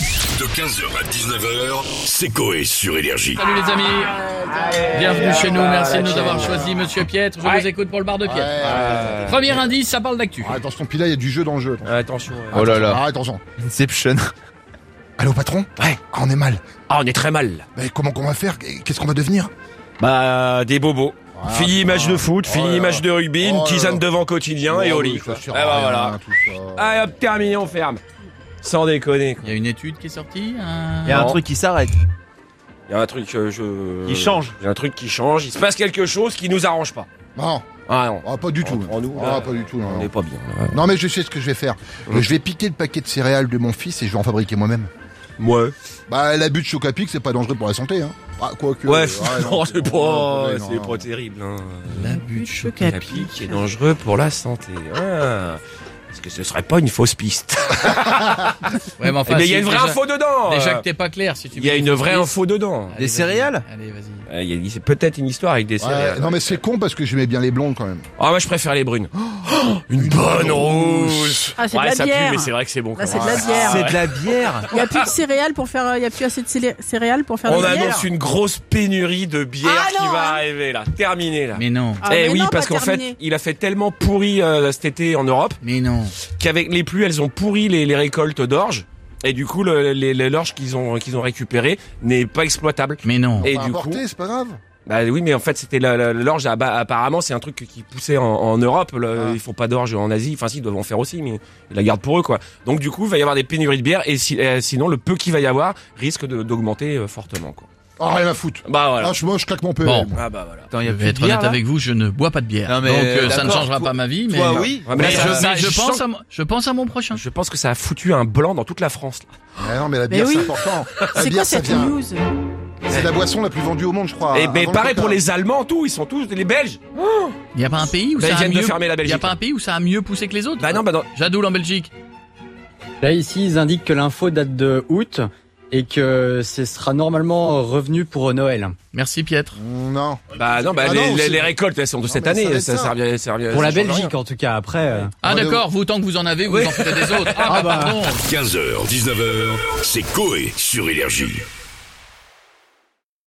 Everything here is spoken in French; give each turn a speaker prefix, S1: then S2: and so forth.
S1: De 15h à 19h, c'est Coé sur Énergie.
S2: Salut les amis,
S3: Ah,
S2: bienvenue chez nous, merci de nous avoir Ah, choisi Monsieur Pietre, je vous écoute pour le bar de
S3: Ah,
S2: Pietre. Premier indice, ça parle d'actu.
S4: Ah, Euh, attention, puis là, il y a du jeu dans le jeu. attention.
S3: Attention.
S5: Oh là là.
S4: Ah, attention.
S5: Inception.
S4: Allô, patron
S3: Ouais.
S4: Ah, on est mal.
S3: Ah, on est très mal.
S4: Mais comment qu'on va faire Qu'est-ce qu'on va devenir
S3: Bah, des bobos.
S4: Ah,
S3: Fini match de foot,
S4: Oh là
S3: fini match de rugby,
S4: Oh
S3: une
S4: là
S3: tisane
S4: là.
S3: de vent quotidien et au lit. quoi.
S4: Eh
S3: Ah bah voilà. Allez hop, terminé, on ferme. Sans déconner. quoi.
S2: Il y a une étude qui est sortie. un-
S5: Il y a un truc qui s'arrête.
S3: Il y a un truc, euh, je.
S5: Qui change.
S3: Il y a un truc qui change. Il se passe quelque chose qui nous arrange pas.
S4: Non,
S3: Ah non.
S4: ah, pas du tout.
S3: Reprends-nous,
S4: Ah,
S3: là.
S4: pas du tout. non,
S3: On
S4: non.
S3: n'est pas bien. là.
S4: Non, mais je sais ce que je vais faire.
S3: Mm.
S4: Je vais piquer le paquet de céréales de mon fils et je vais en fabriquer moi-même.
S3: Ouais.
S4: Bah, l'abus de chocapic, c'est pas dangereux pour la santé. Hein. Ah, quoi que.
S3: Ouais,
S4: ah,
S3: non, c'est pas,
S4: ouais, non,
S3: c'est
S4: non.
S3: pas terrible. Hein.
S2: L'abus de choc à
S3: La
S2: pic.
S3: pique est dangereux pour la santé. Ah. Est-ce que ce serait pas une fausse piste
S2: Ouais, mais enfin,
S3: Mais il y
S2: Ah, si,
S3: a une vraie
S2: déjà-
S3: info dedans.
S2: Déjà
S3: euh.
S2: que t'es pas clair, si tu
S3: Il y a
S2: mets
S3: une vraie
S2: prise.
S3: info dedans.
S2: Allez,
S5: Des
S2: vas-y.
S5: céréales
S2: Allez, vas-y.
S3: Euh, il y a- C'est peut-être une histoire avec des
S4: Ouais,
S3: céréales.
S4: non, mais c'est con parce que j'aimais bien les blondes quand même.
S3: Ah, moi je préfère les brunes. Oh, une bonne rousse.
S6: Ah, c'est
S3: Ouais,
S6: de la
S3: ça
S6: bière.
S3: pue, mais c'est vrai que c'est bon.
S6: Là,
S3: quand
S6: c'est de
S3: même.
S6: la bière.
S5: C'est de la bière.
S6: Il n'y a plus de céréales pour faire. Il y a plus assez de célé- céréales pour faire
S3: On
S6: de la bière.
S3: annonce une grosse pénurie de bière
S6: Ah,
S3: qui
S6: non,
S3: va
S6: hein.
S3: arriver là. Terminée là.
S2: Mais non,
S6: Ah,
S3: eh
S6: mais
S3: oui,
S6: non,
S3: parce
S6: pas
S3: qu'en fait,
S6: terminé.
S3: il a fait tellement pourri euh, cet été en Europe
S2: mais non.
S3: qu'avec les pluies, elles ont pourri les, les récoltes d'orge. Et du coup, le- les, les l'orge qu'ils ont, qu'ils ont récupérées n'est pas exploitable.
S2: Mais non.
S3: Et
S4: Pas
S3: du coup,
S4: importé, c'est pas grave.
S3: Bah oui, mais en fait, c'était la- la- l'orge. ah bah, apparemment, c'est un truc qui poussait en, en Europe. le-
S4: Ah.
S3: Ils font pas d'orge en Asie. Enfin, si, ils doivent en faire aussi, mais ils la gardent pour eux, quoi. Donc, du coup, il va y avoir des pénuries de bière, et si- euh, sinon, le peu qu'il va y avoir risque de- d'augmenter euh, fortement, quoi.
S4: Ah, rien à foutre.
S3: Bah voilà.
S4: Ah, je, moi, je claque mon PL.
S2: Bon.
S3: Ah bah voilà.
S5: Attends, il y
S2: Je
S5: a
S2: vais
S5: plus
S2: être
S5: de bière,
S2: honnête
S5: là
S2: avec vous, je ne bois pas de bière.
S5: Non, mais,
S2: Donc euh, ça ne
S5: d'accord,
S2: changera
S5: toi-
S2: pas ma vie, mais.
S5: Toi, oui.
S3: Ouais, mais
S2: Mais
S3: là,
S2: je,
S3: ça-
S2: mais je
S3: ça-
S2: pense
S3: je
S4: hein.
S2: à, mon- je pense à mon prochain.
S3: Je pense que ça a foutu un blanc dans toute la France. là.
S4: Ah, non, mais la bière,
S6: Mais oui.
S4: c'est important. La
S6: C'est
S4: bière,
S6: quoi
S4: ça
S6: cette
S4: vient.
S6: news
S4: C'est la boisson la plus vendue au monde, je crois.
S3: et ben,
S4: Ah, avant le
S3: pareil pour
S4: Coca.
S3: les Allemands, tout. Ils sont tous des Belges.
S2: Il n'y a pas un pays où
S3: Bah,
S2: ça
S3: ils
S2: a
S3: viennent de
S2: mieux.
S3: fermer la
S2: Il y a
S3: Belgique.
S2: pas un pays où ça a mieux poussé que les autres.
S3: Bah non, bah non.
S2: Jadoul en Belgique.
S7: Là, ici, ils indiquent que l'info date de août et que ce sera normalement revenu pour Noël.
S2: Merci Pietre.
S4: Mm, Non.
S3: Bah non, bah
S4: Ah
S3: les,
S4: non,
S3: les-
S4: c'est-
S3: les récoltes, elles sont de
S4: Non,
S3: cette
S4: mais ça
S3: année.
S4: va être
S3: Ça,
S4: ça.
S3: ça revient- ça revient-
S7: Pour
S3: Euh, ça
S7: la
S3: change rien.
S7: Belgique, en tout cas. Après, euh,
S2: Ah
S4: Moi,
S2: d'accord, vous tant que vous en avez, vous en faites des autres. Ah, bah, pardon.
S1: 15h, 19h, c'est Coé sur Énergie.